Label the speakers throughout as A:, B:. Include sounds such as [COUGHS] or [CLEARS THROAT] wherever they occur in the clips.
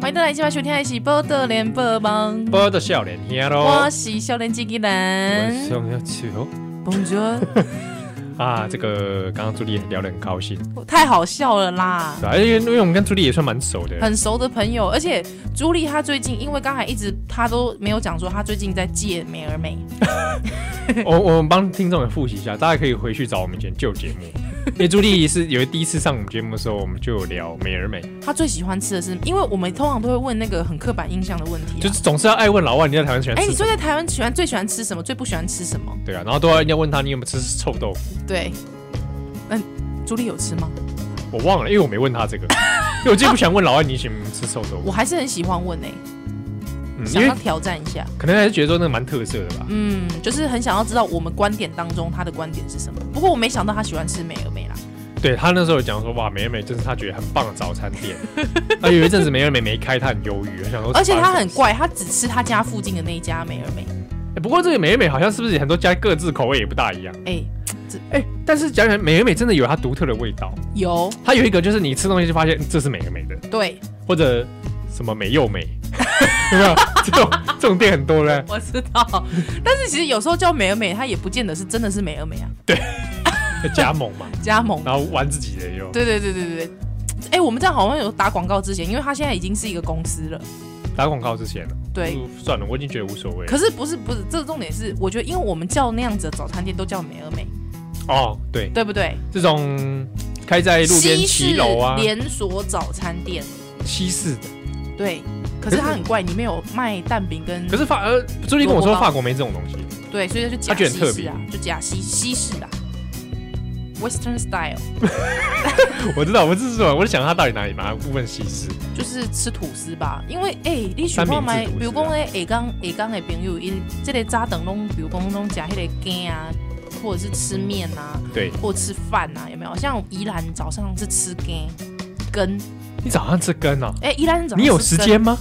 A: 欢迎回来今晚收听的是《波特联播网》，
B: 波的笑脸听喽
A: 我。是少年机器
B: 我
A: 人。
B: 想要求
A: Bonjour，
B: 啊，这个刚刚朱莉聊得很高兴，
A: [LAUGHS] 太好笑了啦！
B: 对啊，因为因为我们跟朱莉也算蛮熟的，
A: 很熟的朋友，而且朱莉她最近，因为刚才一直她都没有讲说她最近在戒美而美，
B: 我我们帮听众们复习一下，大家可以回去找我们以前旧节
A: [LAUGHS]
B: 目，因为朱莉是有第一次上我们节目的时候，我们就有聊美而美，
A: 她最喜欢吃的是，因为我们通常都会问那个很刻板印象的问题、
B: 就
A: 啊，
B: 是总是要爱问老外你在台湾喜欢
A: 哎、
B: 吃
A: 你
B: 什
A: 说
B: 么，
A: 在台湾喜欢最喜欢吃什么，最不喜欢吃什么？
B: 对啊，然后都要人家问他你有没有吃臭豆腐，
A: 对，那朱莉有吃吗？
B: 我忘了，因为我没问他
A: [LAUGHS]
B: 这个，因为我最不喜欢问老外你喜欢吃臭豆腐，
A: 我还是很喜欢问诶、欸
B: 嗯，因
A: 想
B: 为
A: 要挑战一下，
B: 可能还是觉得说那个蛮特色的吧，
A: 嗯，就是很想要知道我们观点当中她的观点是什么。不过我没想到她喜欢吃美而美啦，
B: 对他那时候有讲说哇美而美真是他觉得很棒的早餐 [LAUGHS] 店，啊有一阵子美而美没开，他很忧郁，我想说
A: 而且她很怪，
B: 怪。
A: 她只吃她家附近的那一家美而美。
B: 欸不过这个美而美好像是不是很多家各自口味也不大一样？
A: 哎、
B: 哎、但是讲起来美而美真的有它独特的味道，
A: 有
B: 它有一个就是你吃东西就发现嗯这是美而美的，
A: 对，
B: 或者什么美又 [LAUGHS] 美，有没有？这种这种店很多嘞。
A: 我知道， [LAUGHS] 但是其实有时候叫美而美，它也不见得是真的是美而美啊，
B: 加盟嘛，
A: 加盟。
B: 然后玩自己的也有。
A: 对对对对对对。哎、我们这样好像有打广告之前，因为它现在已经是一个公司了。
B: 打广告之前了，
A: 对，
B: 嗯算了，我已经觉得无所谓了。
A: 可是不是不是，这个重点是，我觉得因为我们叫那样子的早餐店都叫美而美，
B: 哦，对，
A: 对不对？
B: 这种开在路边
A: 西
B: 骑
A: 式
B: 楼啊，
A: 连锁早餐店，
B: 西式的。
A: 对。可
B: 可
A: 是
B: 是
A: 它很怪，里面有卖蛋饼跟
B: 可是法呃，朱莉跟我
A: 萝卜
B: 说
A: 糕
B: 法国没这种东西， [LAUGHS]
A: 对，所以就假
B: 它觉
A: 西
B: 得很特
A: 式啊，就假西西式啊，Western style，
B: 我知道，我只是说，我在想它到底哪里嘛，部分西式。
A: 就是吃吐司吧，因为诶、欸，你想
B: 三
A: 看
B: 明治
A: 卖，
B: 吐司啊
A: 比如讲咧，下港下港的朋友，因这个早顿拢，比如讲拢食迄个羹啊，或者是吃面啊，
B: 对
A: 或吃饭啊，有没有？像宜兰早上是吃羹，羹，
B: 你早上吃根啊？
A: 诶、宜兰早上
B: 你有
A: 吃
B: 时
A: 羹？
B: 间吗？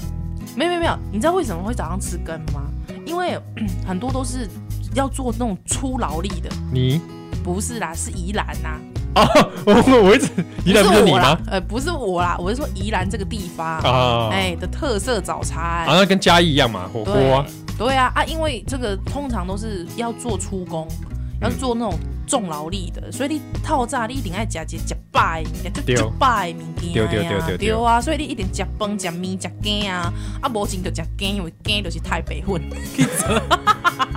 A: 没有没有没有，你知道为什么会早上吃羹吗？因为 [CLEARS THROAT] 嗯很多都是要做那种出劳力的，
B: 你 [LAUGHS]
A: 不是啦，是宜兰呐、
B: 啊，我我我一直宜兰不是你
A: 我啦
B: 吗？？
A: 呃，不是我啦，我是说宜兰这个地方，哎、
B: 啊，
A: 的特色早餐。
B: 好像跟嘉义一样嘛，火
A: 对
B: 锅啊，
A: 对啊啊，因为这个通常都是要做出工，
B: 嗯
A: 要做那种重劳力的，所以你套炸你一定爱食一食拜，就
B: 对
A: 就拜物件
B: 对对
A: 呀
B: 对对对
A: 对啊，所以你一定食饭、食面、食羹啊，啊无钱就食羹，因为羹就是太白粉，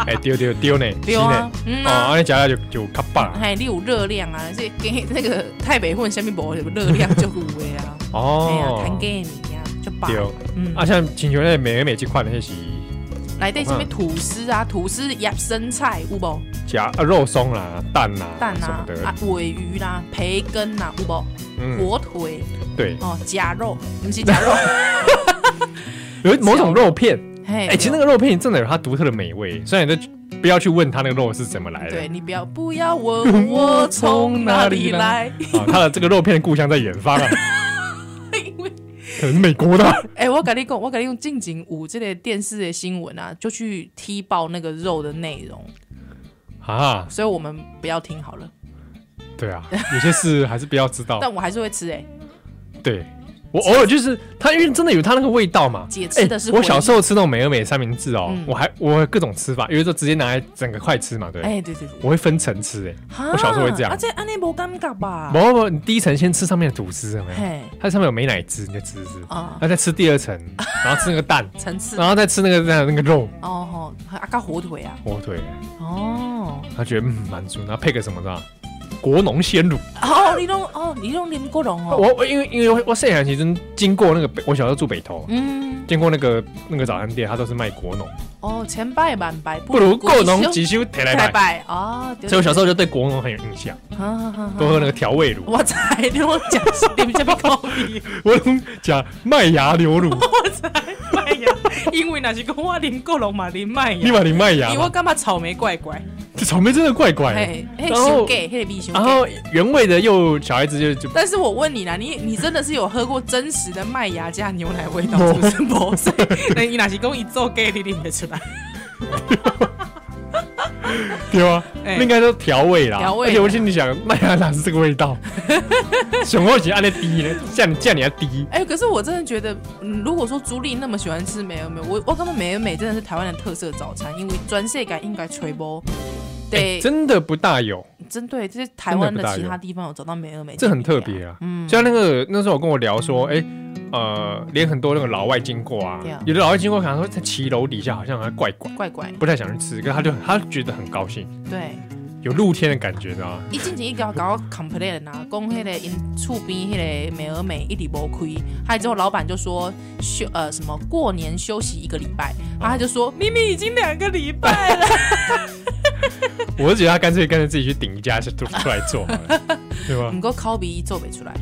B: 哎丢丢
A: [LAUGHS]
B: 丢呢，
A: 对啊，嗯
B: 是呢，哦
A: 啊。
B: 哦，那加下就就卡棒
A: 哎，你有热量啊，所以给那个太白粉下面无热量就有的啊，哎
B: [LAUGHS]
A: 呀，
B: 哦
A: 谈，给你啊，就饱
B: 对，
A: 嗯，
B: 啊，像请求那美而美这款那是
A: 来对什么吐司
B: 嗯
A: 啊，吐司呀，生菜有无？
B: 加啊肉松啦、蛋啦、
A: 蛋
B: 什
A: 啊
B: 么，的
A: 啊，尾鱼啦、培根啦、有无？
B: 嗯，
A: 火腿
B: 对，
A: 哦，夹肉，不是夹
B: [LAUGHS]
A: 肉，
B: 有某种肉片，
A: 嘿，
B: 哎，其实那个肉片真的有它独特的美
A: 嗯
B: 味，虽然都不要去问它那个肉是怎么来的
A: [LAUGHS] 对，你不要不要问我从哪里
B: [LAUGHS]
A: 来，
B: 啊，它的这个肉片的故乡在远方
A: [LAUGHS]
B: 啊，可能是美国的啊， [LAUGHS]
A: 哎，我跟你讲，我跟你讲，近景五这类电视的新闻啊，就去踢爆那个肉的内容，
B: 啊，
A: 所以我们不要听好了，
B: 对啊，有些事还是不要
A: [LAUGHS]
B: 知道。
A: 但我还是会吃哎，
B: 对，我偶尔就是它，因为真的有它那个味道嘛。哎
A: 姐吃的是
B: 我小时候吃那种美而美三明治哦，
A: 嗯
B: 我还我各种吃法，有的时候直接拿来整个块吃嘛，对。
A: 哎，对对啊对，
B: 我会分层吃、欸，我小时候会这样
A: 而且安内无尴尬吧
B: 哎，？不不，你第一层先吃上面的吐司，有没有？
A: 嘿
B: 它上面有美乃滋，你就吃吃吃，
A: 啊
B: 然，后再吃第二层，然后吃那个
A: [LAUGHS]
B: 蛋，
A: 层次
B: 然后再吃那个那那个肉
A: 哦吼，还啊加火腿啊，
B: 火腿，
A: 哦。
B: 他觉得嗯满足，然后配个什么的，国农鲜乳。
A: 哦，你拢哦，你拢啉过浓哦。
B: 我我因为因为我我现在其实经过那个北，我小时候住北投，
A: 嗯，
B: 经过那个那个早餐店，它都是卖国农。
A: 哦，千拜万拜，
B: 不如果农
A: 几
B: 几修提来
A: 拜
B: 拜。
A: 拜哦，对
B: 所以我小时候就对国农很有印象，
A: 对好好好好
B: 都喝那个调味乳，
A: 嗯我猜你我讲是你们这边口味，
B: 我拢讲麦芽
A: [LAUGHS]
B: 牛乳，
A: 麦芽，因为那是讲我啉过浓嘛，啉麦
B: 你
A: 芽，
B: 把你麦芽
A: 因为
B: 嘛
A: 我，感觉草莓怪怪，
B: 这草莓真的怪怪的。
A: 哎，嘿，
B: 然后
A: 小给，嘿，比小
B: 然
A: 给。
B: 后原味的又小孩子就就
A: 但是我问你啦，你你真的是有喝过真实的麦芽加牛奶味道，
B: 哦
A: 是不是？ [LAUGHS] 不是，那你哪是讲一做给你啉得出来？
B: 对啊，
A: 哎
B: 那应该都调味啦。
A: 调味
B: 而且我心里想，麦芽糖是这个味
A: [LAUGHS]
B: 道，熊二姐按的低呢，叫你叫你要低，
A: 哎、可是我真的觉得，嗯，如果说朱莉那么喜欢吃美而美，我我根本美而美真的是台湾的特色早餐，因为专设感应该吹波。对，哎
B: 哎
A: 针、
B: 真的不大有，
A: 对这些台湾
B: 真的
A: 的
B: 不大
A: 其他
B: 有
A: 地方有找到美而美，
B: 这很特。别啊。
A: 嗯，
B: 像那个那时候我跟我聊说，哎、呃，连很多那个老外经过啊
A: 对啊，
B: 有的老外经过，可能说在骑楼底下好像还怪怪，
A: 怪怪，
B: 不太想去吃，可是他就他觉得很高兴，
A: 对，
B: 有露天的感觉，你知道
A: [LAUGHS]
B: 吗？
A: 一进前一搞搞 complain 呐，讲迄个因厝边迄个美而美一直无开，还之后老板就说休呃什么过年休息一个礼拜，然后他就说
B: 哦
A: 明明已经两个礼拜
B: [LAUGHS]
A: 了，
B: 我是觉得他干脆干脆自己去顶一家是出出来做好了，对
A: [LAUGHS]
B: 吧？
A: 你够 copy 做不出来，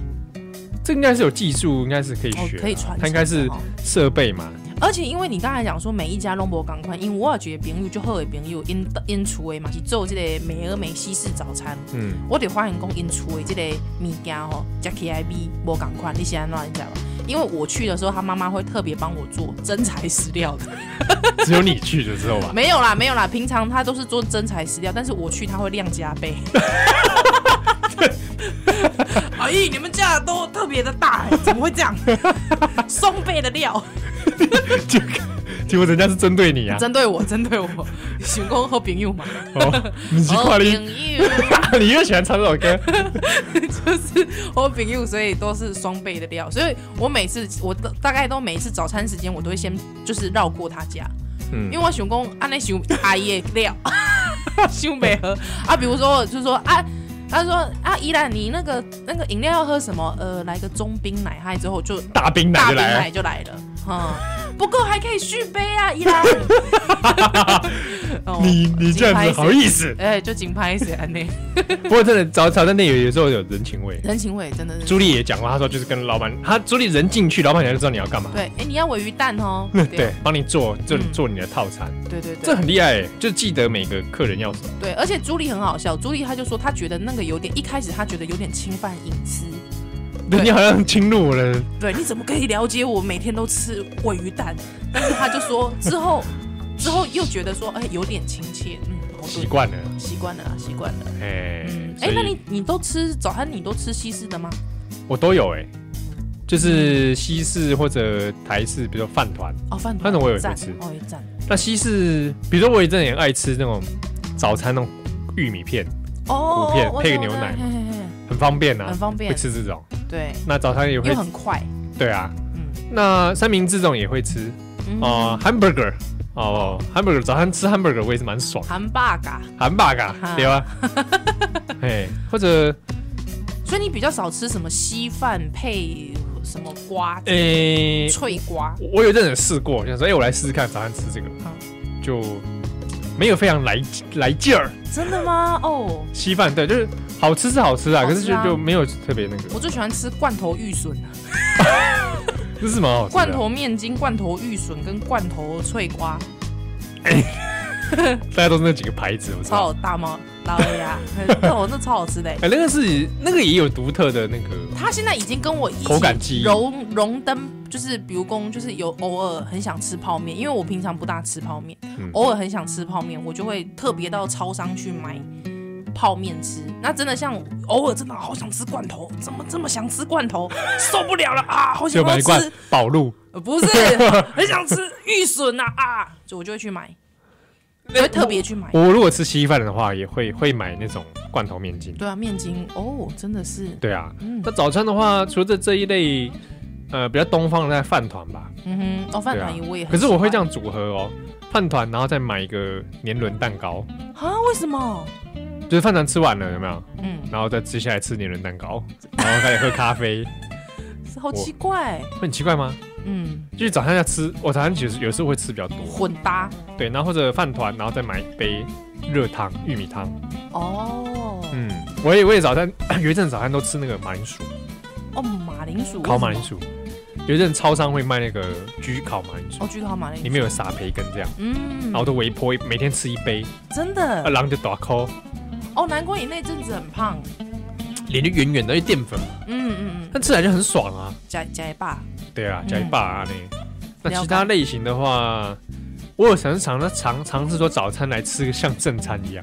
B: 这应该是有技术，应该是可以
A: 哦
B: 学的啊、
A: 可以传承的哦，
B: 他应该是设备嘛，
A: 而且因为你刚才讲说每一家拢无共款，因为我有一个朋友就好的朋友，因因厝的嘛是做这个美而美西式早餐，
B: 嗯，
A: 我得发现讲因厝的这个物件吼，食起来味无共款，你是安怎你知道吧？因为我去的时候，他妈妈会特别帮我做真材实料的， [LAUGHS]
B: [LAUGHS] 只有你去的时候 [LAUGHS] 吧，
A: 没有啦，没有啦，平常他都是做真材实料，但是我去他会量加倍。 [LAUGHS] 哎，你们家的都特别的大、欸，怎么会这 [LAUGHS] 样？双倍的料。
B: 结果结果人家是针对你啊，
A: [LAUGHS] 针对我，针对我，想讲好朋友嘛，
B: 哦，你是跨
A: 好朋
B: 你，
A: 友
B: [LAUGHS] 你又喜欢唱这首歌，
A: 就是好朋友，哦所以都是双倍的料，所以我每次我大大概都每一次早餐时间，我都会先就是绕过他家，
B: 嗯
A: 因为我想讲安尼想阿姨的
B: [LAUGHS]
A: 料，想袂合啊，比如说我就说啊。他说：“啊，依兰，你那个那个饮料要喝什么？呃，来个中冰奶，嗨，之后就
B: 大冰
A: 大
B: 奶就
A: 冰
B: 来
A: 奶
B: 了，
A: 就来了，嗯，不够还可以续杯啊，依
B: [LAUGHS]
A: 兰。哦
B: 你你这样子好意思？
A: 哎、就紧拍谁安内，
B: 不过真的早早餐店有有时候有人情味。
A: 人情味真的是。
B: 朱莉也讲过，她说就是跟老板，她朱莉人进去，老板娘就知道你要干嘛，
A: 对，哎、你要尾鱼蛋哦。
B: [LAUGHS] 对，帮你做做
A: 嗯
B: 做你的套餐，
A: 对对
B: 这
A: 对
B: 很厉害欸，就记得每个客人要什么。
A: 对，而且朱莉很好笑，朱莉她就说她觉得那个有点，一开始她觉得有点侵犯隐私。对
B: 你好像侵入我的，
A: 对，你怎么可以了解我每天都吃尾鱼蛋？但是她就说之
B: [LAUGHS]
A: 后，之后又觉得说，哎、有点亲切，嗯，好
B: 习
A: 对，
B: 惯了，
A: 习惯了啦，啊习惯了。
B: 哎
A: 嗯，，哎、
B: 所以
A: 那你你都吃早餐，你都吃西式的吗？
B: 我都有哎，就是西式或者台式，比如说饭团。
A: 哦，饭
B: 那
A: 团，
B: 种我也会
A: 赞
B: 吃
A: 哦，也赞。
B: 那西式，比如说我也真的很爱吃那种早餐那种玉米片，
A: 哦，
B: 片
A: 我
B: 配个
A: 懂
B: 牛
A: 了
B: 奶
A: 嘿嘿嘿
B: 很方便啊
A: 很，方
B: 会
A: 便，
B: 吃这种。
A: 对，
B: 那早餐也会
A: 又很快，
B: 对啊，
A: 嗯
B: 那三明治这种也会吃
A: 嗯
B: 哦，hamburger 哦，hamburger 早餐吃 hamburger 我也是蛮爽，
A: 韩爸嘎，
B: 韩巴嘎
A: 哈 [LAUGHS]
B: 对吧？哎，或者
A: 所以你比较少吃什么稀饭配什么瓜，
B: 诶，
A: 脆瓜，
B: 我有一阵子试过，想说，哎、我来试试看早餐吃这个，就没有非常来来劲儿。
A: 真的吗？哦，
B: 稀饭对，就是好吃是好吃啊，
A: 好吃啊
B: 可是就就没有特别那个，
A: 我最喜欢吃罐头玉笋啊，
B: 这是蛮好吃的啊。
A: 罐头面筋、罐头玉笋跟罐头脆瓜，
B: 大家都是那几个牌子，我知
A: 超
B: 道。
A: 有大猫老爷 [LAUGHS] 呀，那我那超好吃的欸。
B: 哎、那个是那个也有独特的那个，
A: 他现在已经跟我一起
B: 口感记忆
A: 荣荣登，就是比如公，就是有偶尔很想吃泡面，因为我平常不大吃泡面，
B: 嗯
A: 偶尔很想吃泡面，我就会特别到超商去买泡面吃。那真的像偶尔真的好想吃罐头，怎么这么想吃罐
B: [LAUGHS]
A: 头，受不了了啊！好
B: 就
A: 想
B: 买
A: 要
B: 一罐
A: 吃，
B: 宝路，
A: 呃不
B: [LAUGHS]
A: 是很想吃玉笋呐啊就我就会去买，我会特别去买。
B: 我如果吃稀饭的话，也会会买那种罐头面筋。
A: 对啊，面筋哦，真的是，
B: 对啊，
A: 嗯
B: 那早餐的话，除了这这一类，呃，比较东方的那饭团吧，
A: 嗯哼，哦，饭
B: 对啊
A: 团也我也很
B: 可
A: 喜欢，
B: 是我会这样组合哦，饭团，然后再买一个年轮蛋糕，
A: 啊？为什么？
B: 就是饭团吃完了有没有？
A: 嗯。
B: 然后再接下来吃年轮蛋糕，然后开始喝咖啡， [LAUGHS]
A: 好奇怪，
B: 会很奇怪吗？
A: 嗯，
B: 就是早上要吃，我早上其实有时候会吃比较多，
A: 混搭
B: 对，然后或者饭团，然后再买一杯热汤，玉米汤。
A: 哦，
B: 嗯，我也我也早餐 [COUGHS] 有一阵早餐都吃那个马铃薯，
A: 哦，马铃薯
B: 烤马铃，薯，有一阵超商会卖那个焗烤马铃
A: 为什
B: 薯
A: 么哦，，焗烤马铃薯
B: 里面有撒培根这样，
A: 嗯
B: 然，后都微波，每天吃一杯，
A: 真
B: 啊，
A: 的
B: 狼就打 call，
A: 哦，难怪你那阵子很胖，
B: 脸就圆圆的，因为淀粉嘛，
A: 嗯嗯嗯，
B: 但吃起来就很爽啊。
A: 加加一把，
B: 对啊，
A: 嗯
B: 加一把啊那。
A: 了
B: 那
A: 解
B: 其他类型的话，我有常常尝尝试说早餐来吃个像正餐一样，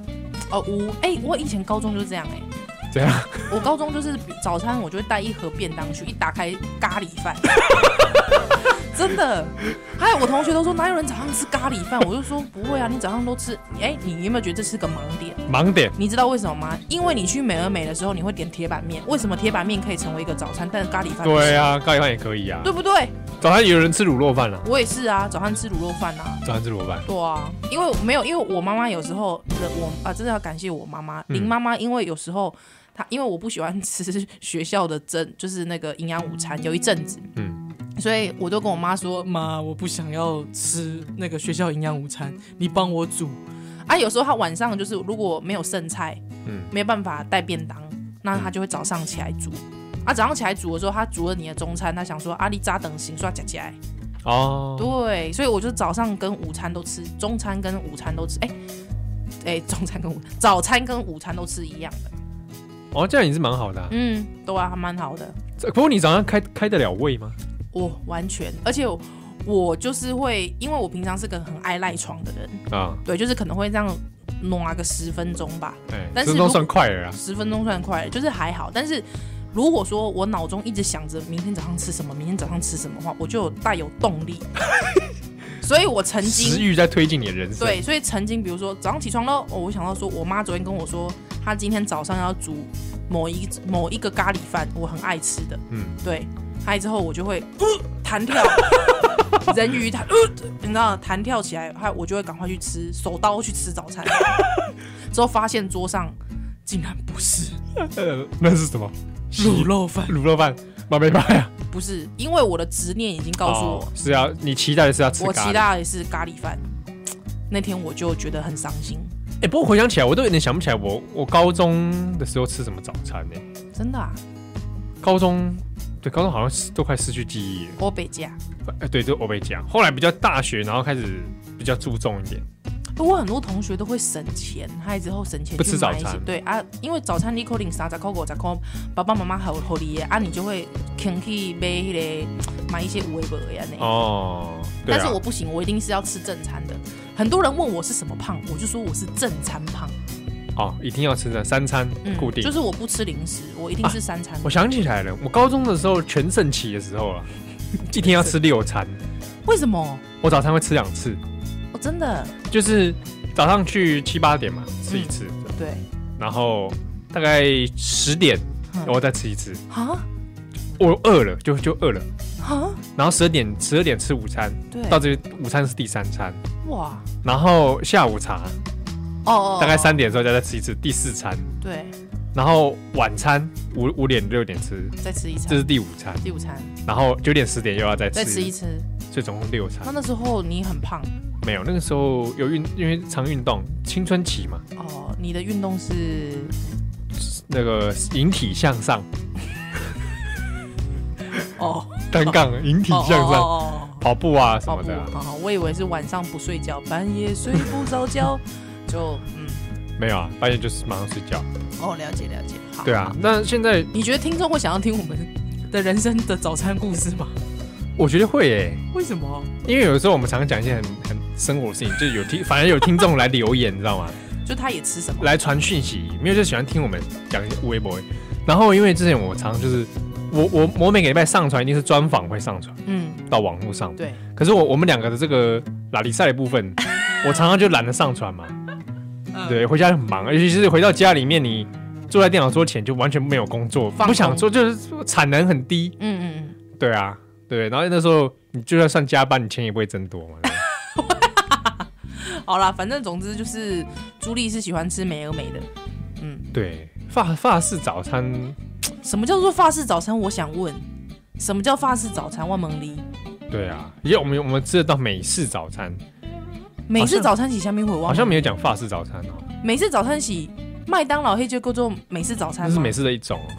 A: 哦，无哎、我以前高中就是这样哎、
B: [LAUGHS] 怎样？
A: 我高中就是早餐，我就会带一盒便当去，一打开咖喱饭， [LAUGHS] 真的。还有我同学都说哪有人早上吃咖喱饭，我就说不会啊，你早上都吃。哎、你有没有觉得这是个盲点？
B: 盲点
A: 你知道为什么吗？因为你去美而美的时候，你会点铁板面，为什么铁板面可以成为一个早餐，但是咖喱饭不
B: 对
A: 行，
B: 啊，咖喱饭也可以啊。
A: 对不对？
B: 早餐有人吃卤肉饭啊，
A: 我也是啊，早上吃卤肉饭啊。
B: 早餐吃卤肉饭，
A: 对啊，因为我没有，因为我妈妈有时候，呃我啊，真的要感谢我妈妈，
B: 嗯
A: 林妈妈，因为有时候她，因为我不喜欢吃学校的真， [LAUGHS] 就是那个营养午餐，有一阵子，
B: 嗯
A: 嗯，所以我都跟我妈说，妈，我不想要吃那个学校营养午餐，你帮我煮。啊，有时候她晚上就是如果没有剩菜，
B: 嗯
A: 嗯，没有办法带便当，那她就会早上起来煮。啊，早上起来煮的时候，她煮了你的中餐，她想说啊，你咋等行，说夹夹。
B: 哦，
A: 对，所以我就早上跟午餐都吃，中餐跟午餐都吃，哎、哎、中餐跟午早餐跟午餐都吃一样的，
B: 哦，这样也是蛮好的啊、
A: 嗯，对啊，还蛮好的。
B: 这不过你早上开开得了胃吗？
A: 我完全，而且我我就是会，因为我平常是个很爱赖床的人，
B: 啊，
A: 对，就是可能会这样挪个十分钟吧，
B: 哎，
A: 但是
B: 这
A: 如
B: 都
A: 果
B: 算快了啊。
A: 十分钟算快，就是还好，但是。如果说我脑中一直想着明天早上吃什么，明天早上吃什么的话，我就有带有动力，所以我曾经
B: 食欲在推进你的人生。
A: 对，所以曾经比如说早上起床喽，哦，我想到说，我妈昨天跟我说，她今天早上要煮某一某一个咖喱饭，我很爱吃的，
B: 嗯，
A: 对，嗨之后我就会呃弹跳， [LAUGHS] 人鱼弹，呃你知道弹跳起来，嗨，我就会赶快去吃，手刀去吃
B: [LAUGHS]
A: 早餐，之后发现桌上竟然不是
B: 呃， [LAUGHS] 那是什么？
A: 卤肉饭，
B: 卤肉饭，妈没办呀。
A: 不是，因为我的执念已经告诉我，
B: 哦是啊，你期待的是要吃
A: 我
B: 咖
A: 期
B: 喱。
A: 待的是咖喱饭，那天我就觉得很伤心，
B: 哎、不过回想起来，我都有点想不起来我我高中的时候吃什么早餐呢、
A: 真的啊，
B: 高中对高中好像是都快失去记忆了。
A: 我北家。
B: 哎、对，就我被讲。后来比较大学，然后开始比较注重一点。
A: 我很多同学都会省钱，还之后省钱
B: 不
A: 去
B: 吃
A: 买
B: 早
A: 一些
B: 餐
A: 对啊，因为早餐你可能三十块、五十块，爸爸妈妈好好你的啊，你就会肯去买迄、个买一些微博呀那。
B: 哦，对
A: 但
B: 啊。
A: 是我不行，我一定是要吃正餐的。很多人问我是什么胖，我就说我是正餐胖，嗯
B: 哦，一定要吃的三餐固定。啊
A: 就是我不吃零食，我一定是三餐。
B: 我想起来了，我高中的时候全盛期的时候
A: [LAUGHS]
B: 啊，一天要吃六餐，
A: 为什么？
B: 我早餐会吃两次，
A: 我、真的
B: 就是早上去七八点嘛吃一次，
A: 对
B: 然后大概十点
A: 嗯
B: 我再吃一次，
A: 啊
B: 我饿了就就饿了，
A: 啊
B: 然后十二点十二点吃午餐，
A: 对
B: 到这边午餐是第三餐，
A: 哇
B: 然后下午茶
A: 哦哦
B: 大概三
A: 点
B: 点的时候再再吃一次第四餐，
A: 对，
B: 然后晚餐五五点六点吃，
A: 再吃一
B: 这
A: 餐
B: 是第五餐，
A: 第五餐
B: 然后九点十点又要再
A: 再吃
B: 吃
A: 一，次。
B: 所以总共六餐
A: 那。那时候你很胖
B: 没有，那个时候有运，因为常运动，青春期嘛，
A: 哦，你的运动是
B: 那个引体向上，
A: 哦，
B: 单杠，引体
A: 哦
B: 向上，
A: 哦哦哦
B: 跑步啊什
A: 跑
B: 么
A: 步
B: 的啊、
A: 好好，我以为是晚上不睡觉，半夜睡不着觉，就
B: [LAUGHS]
A: 嗯，
B: 没有啊，半夜就是马上睡觉。
A: 哦，了解了解，好
B: 对啊，，那现在
A: 你觉得听众会想要听我们的人生的早餐故事吗？
B: 我觉得会诶、
A: 为什么？
B: 因为有时候我们常常讲一些很很生活的事情，就有听，反而有听众来留言，你知道吗？ [LAUGHS]
A: 就他也吃什么？
B: 来传讯息，没有就喜欢听我们讲一些微博。然后因为之前我常就是我我我每个礼拜上传一定是专访会上传
A: 嗯，
B: 到网络上，
A: 对，
B: 可是我我们两个的这个拉力赛的部
A: [LAUGHS]
B: 分，我常常就懒得上传嘛。
A: 嗯
B: 对，，回家很忙，尤其是回到家里面，你坐在电脑桌前就完全没有工作，
A: 放空
B: 不想做，就是产能很低。
A: 嗯嗯
B: 对啊，对，然后那时候你就算算加班，你钱也不会增多
A: [LAUGHS]
B: 嘛。对吧
A: 嗯，好啦，反正总之就是朱莉是喜欢吃美而美的。嗯，
B: 对，法法式早餐，
A: 什么叫做法式早餐？我想问，什么叫法式早餐？万蒙梨，
B: 对啊，也我们我们吃得到美式早餐，
A: 美式
B: 好像
A: 早餐起下面会忘，
B: 好像没有讲法式早餐哦，
A: 美式早餐洗麦当劳黑就叫做美式早餐
B: 这
A: 吗，
B: 是美式的一种哦。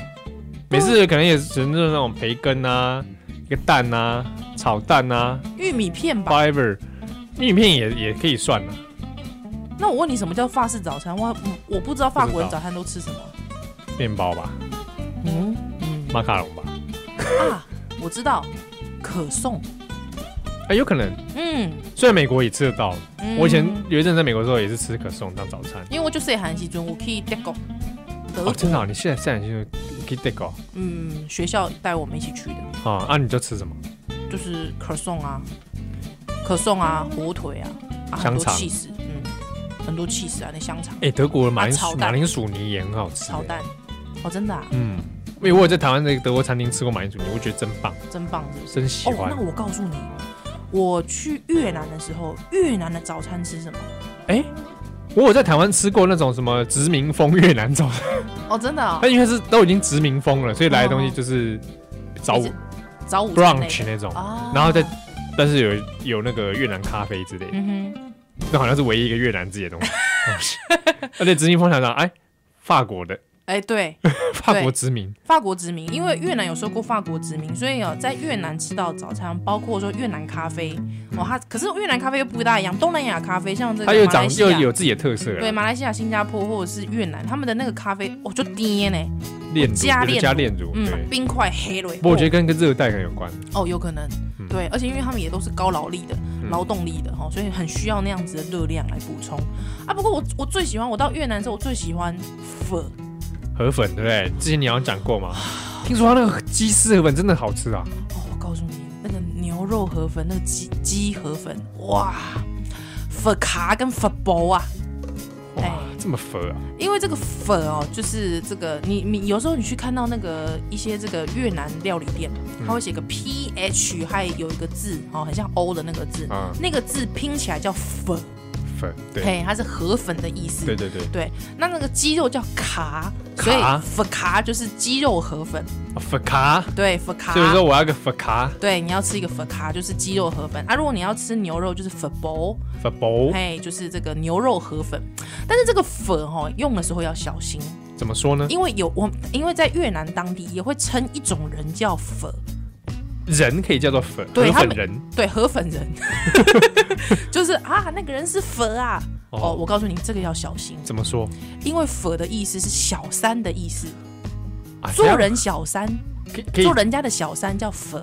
B: 美式可能也只能是那种培根啊，一个蛋啊，炒蛋啊
A: 玉米片吧？
B: ，fiber，玉米片也也可以算啊。
A: 那我问你，什么叫法式早餐？我我不知道法国人
B: 不知道
A: 早餐都吃什么。
B: 面包吧，
A: 嗯嗯
B: 马卡龙吧，
A: 啊，我知道，可颂。
B: 哎，有可能。
A: 嗯，
B: 虽然美国也吃得到，
A: 嗯
B: 我以前有一阵在美国的时候也是吃可颂当早餐。
A: 因为我就是韩时阵，我去德国，德
B: 哦，
A: 国，
B: 真的、哦，你现在现在就可以代购
A: 嗯，学校带我们一起去的，
B: 啊啊！你就吃什么？
A: 就是 c r o s s a n 啊 c r o s s a n 啊，火腿啊，啊，很
B: 香
A: 多
B: 肠
A: cheese，嗯，很多 cheese 啊，那香肠，
B: 哎、德国的马铃
A: 啊炒
B: 薯、
A: 蛋
B: 马铃薯泥也很好吃、
A: 炒
B: 哎
A: 蛋，哦，真的啊，
B: 嗯，因为我有在台湾那个德国餐厅吃过马铃薯泥，我觉得真棒，
A: 真棒，是不是？
B: 真喜
A: 哦，
B: 欢
A: 那。我告诉你，我去越南的时候，越南的早餐吃什么？
B: 哎、我有在台湾吃过那种什么殖民风越南早餐，
A: 哦，真的、哦
B: 但，因为是都已经殖民风了，所以来的东西
A: 哦
B: 就是早午
A: 就是早午餐类
B: brunch 那种，
A: 啊，
B: 然后再但是有有那个越南咖啡之类的，
A: 嗯哼，
B: 那好像是唯一一个越南自己的
A: [LAUGHS]
B: 东西。嗯而且殖民风想想，哎，法国的
A: 哎，对，
B: 法国殖民，
A: 法国殖民，因为越南有受过法国殖民，所以哦，在越南吃到早餐，包括说越南咖啡哦，它可是越南咖啡又不大一样，东南亚咖啡像这
B: 它
A: 个
B: 又
A: 马
B: 长
A: 来西
B: 又
A: 亚，
B: 有自己的特色
A: 对
B: 了，
A: 马来西亚、新加坡或者是越南，他们的那个咖啡哦就颠呢，
B: 炼乳
A: 加
B: 有的
A: 炼
B: 加
A: 乳
B: 炼乳，对
A: 嗯，。冰块黑了耶，
B: 不过我觉得跟跟热带很有关，
A: 哦有可能
B: 嗯。
A: 对，而且因为他们也都是高劳力的、
B: 嗯
A: 劳动力的哈、哦，所以很需要那样子的热量来补充啊。不过我我最喜欢，我到越南的时候，我最喜欢粉，
B: 河粉对不对？之前你好像讲过嘛，
A: 啊
B: 听说它那个鸡丝河粉真的好吃啊，
A: 哦，我告诉你，那个牛肉河粉，那个鸡鸡河粉，哇，粉卡跟粉薄啊！哎
B: 哇，这么佛啊！
A: 因为这个粉哦，就是这个你你有时候你去看到那个一些这个越南料理店，它
B: 嗯
A: 会写个 P H，还有一个字哦，很像 O 的那个字，
B: 啊，
A: 那个字拼起来叫粉，
B: 粉对
A: 嘿，它是河粉的意思。
B: 对对对，
A: 对那那个鸡肉叫卡，所
B: 卡
A: 以粉卡就是鸡肉河粉，
B: 粉卡，
A: 对，粉卡。
B: 所以说我要个粉卡
A: 对，你要吃一个粉卡，就是鸡肉河粉啊。如果你要吃牛肉，就是粉包，
B: 粉包，
A: 嘿，就是这个牛肉河粉。但是这个粉哦，用的时候要小心，
B: 怎么说呢？
A: 因为有我，因为在越南当地也会称一种人叫粉，
B: 人可以叫做粉，
A: 对
B: 河
A: 他
B: 粉
A: 们
B: 人
A: 对，河粉人， [LAUGHS] 就是啊，那个人是粉啊。哦，我告诉你，这个要小心，
B: 怎么说
A: 因为“粉”的意思是小三的意思，
B: 啊？这
A: 做
B: 样
A: 人小三，
B: 可以可以
A: 做人家的小三叫“粉”。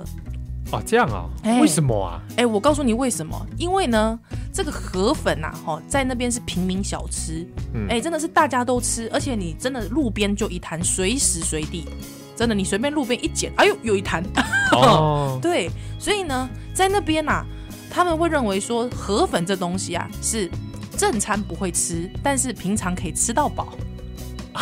B: 哦，这样啊？
A: 哎
B: 为什么
A: [LAUGHS]
B: 啊？
A: 哎、我告诉你为什么？因为呢，这个河粉呐、啊，哈，在那边是平民小吃，哎、
B: 嗯
A: 真的是大家都吃，而且你真的路边就一摊，随时随地，真的你随便路边一捡，哎呦，有一摊。 [LAUGHS]
B: 哦，
A: 对，所以呢，在那边呐、啊他们会认为说河粉这东西啊是正餐不会吃，但是平常可以吃到饱。 [LAUGHS]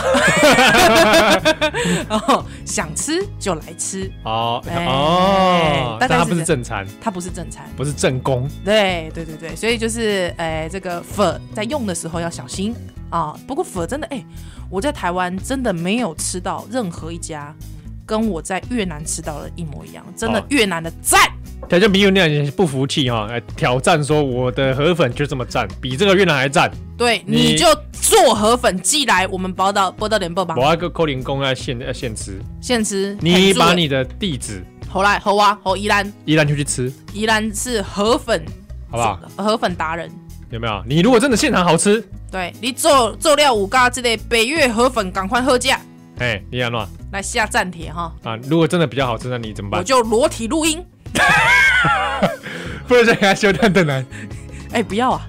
A: 然后哦想吃就来吃，
B: 哦
A: 哎
B: 哦，
A: 大概
B: 但它
A: 是
B: 不是
A: 这
B: 正餐，
A: 它不是正餐。
B: 不是正宫，
A: 对对对对，所以就是诶、呃这个粉在用的时候要小心啊。不过粉真的诶、我在台湾真的没有吃到任何一家跟我在越南吃到的一模一样，真的
B: 哦
A: 越南的赞。
B: 他就没有那样不服气哈，来挑战说我的河粉就这么赞，比这个越南还赞，
A: 对，
B: 你
A: 你就做河粉寄来，我们报到报到点报吧
B: 我，要个扣零工要现要现吃，
A: 现吃。
B: 你把你的地址
A: 侯来侯啊侯宜兰，
B: 依然就去吃，
A: 宜兰是河粉，
B: 好不好？
A: 河粉达人。
B: 有没有？你如果真的现场好吃，
A: 对你做做料五嘎之类，北越河粉赶快喝价
B: 哎，你安诺
A: 来下站帖哈，
B: 啊，如果真的比较好吃，那你怎么
A: 我
B: 办？
A: 就裸体录音。
B: [LAUGHS] 不能再给他修蛋蛋来，
A: 哎、不要啊，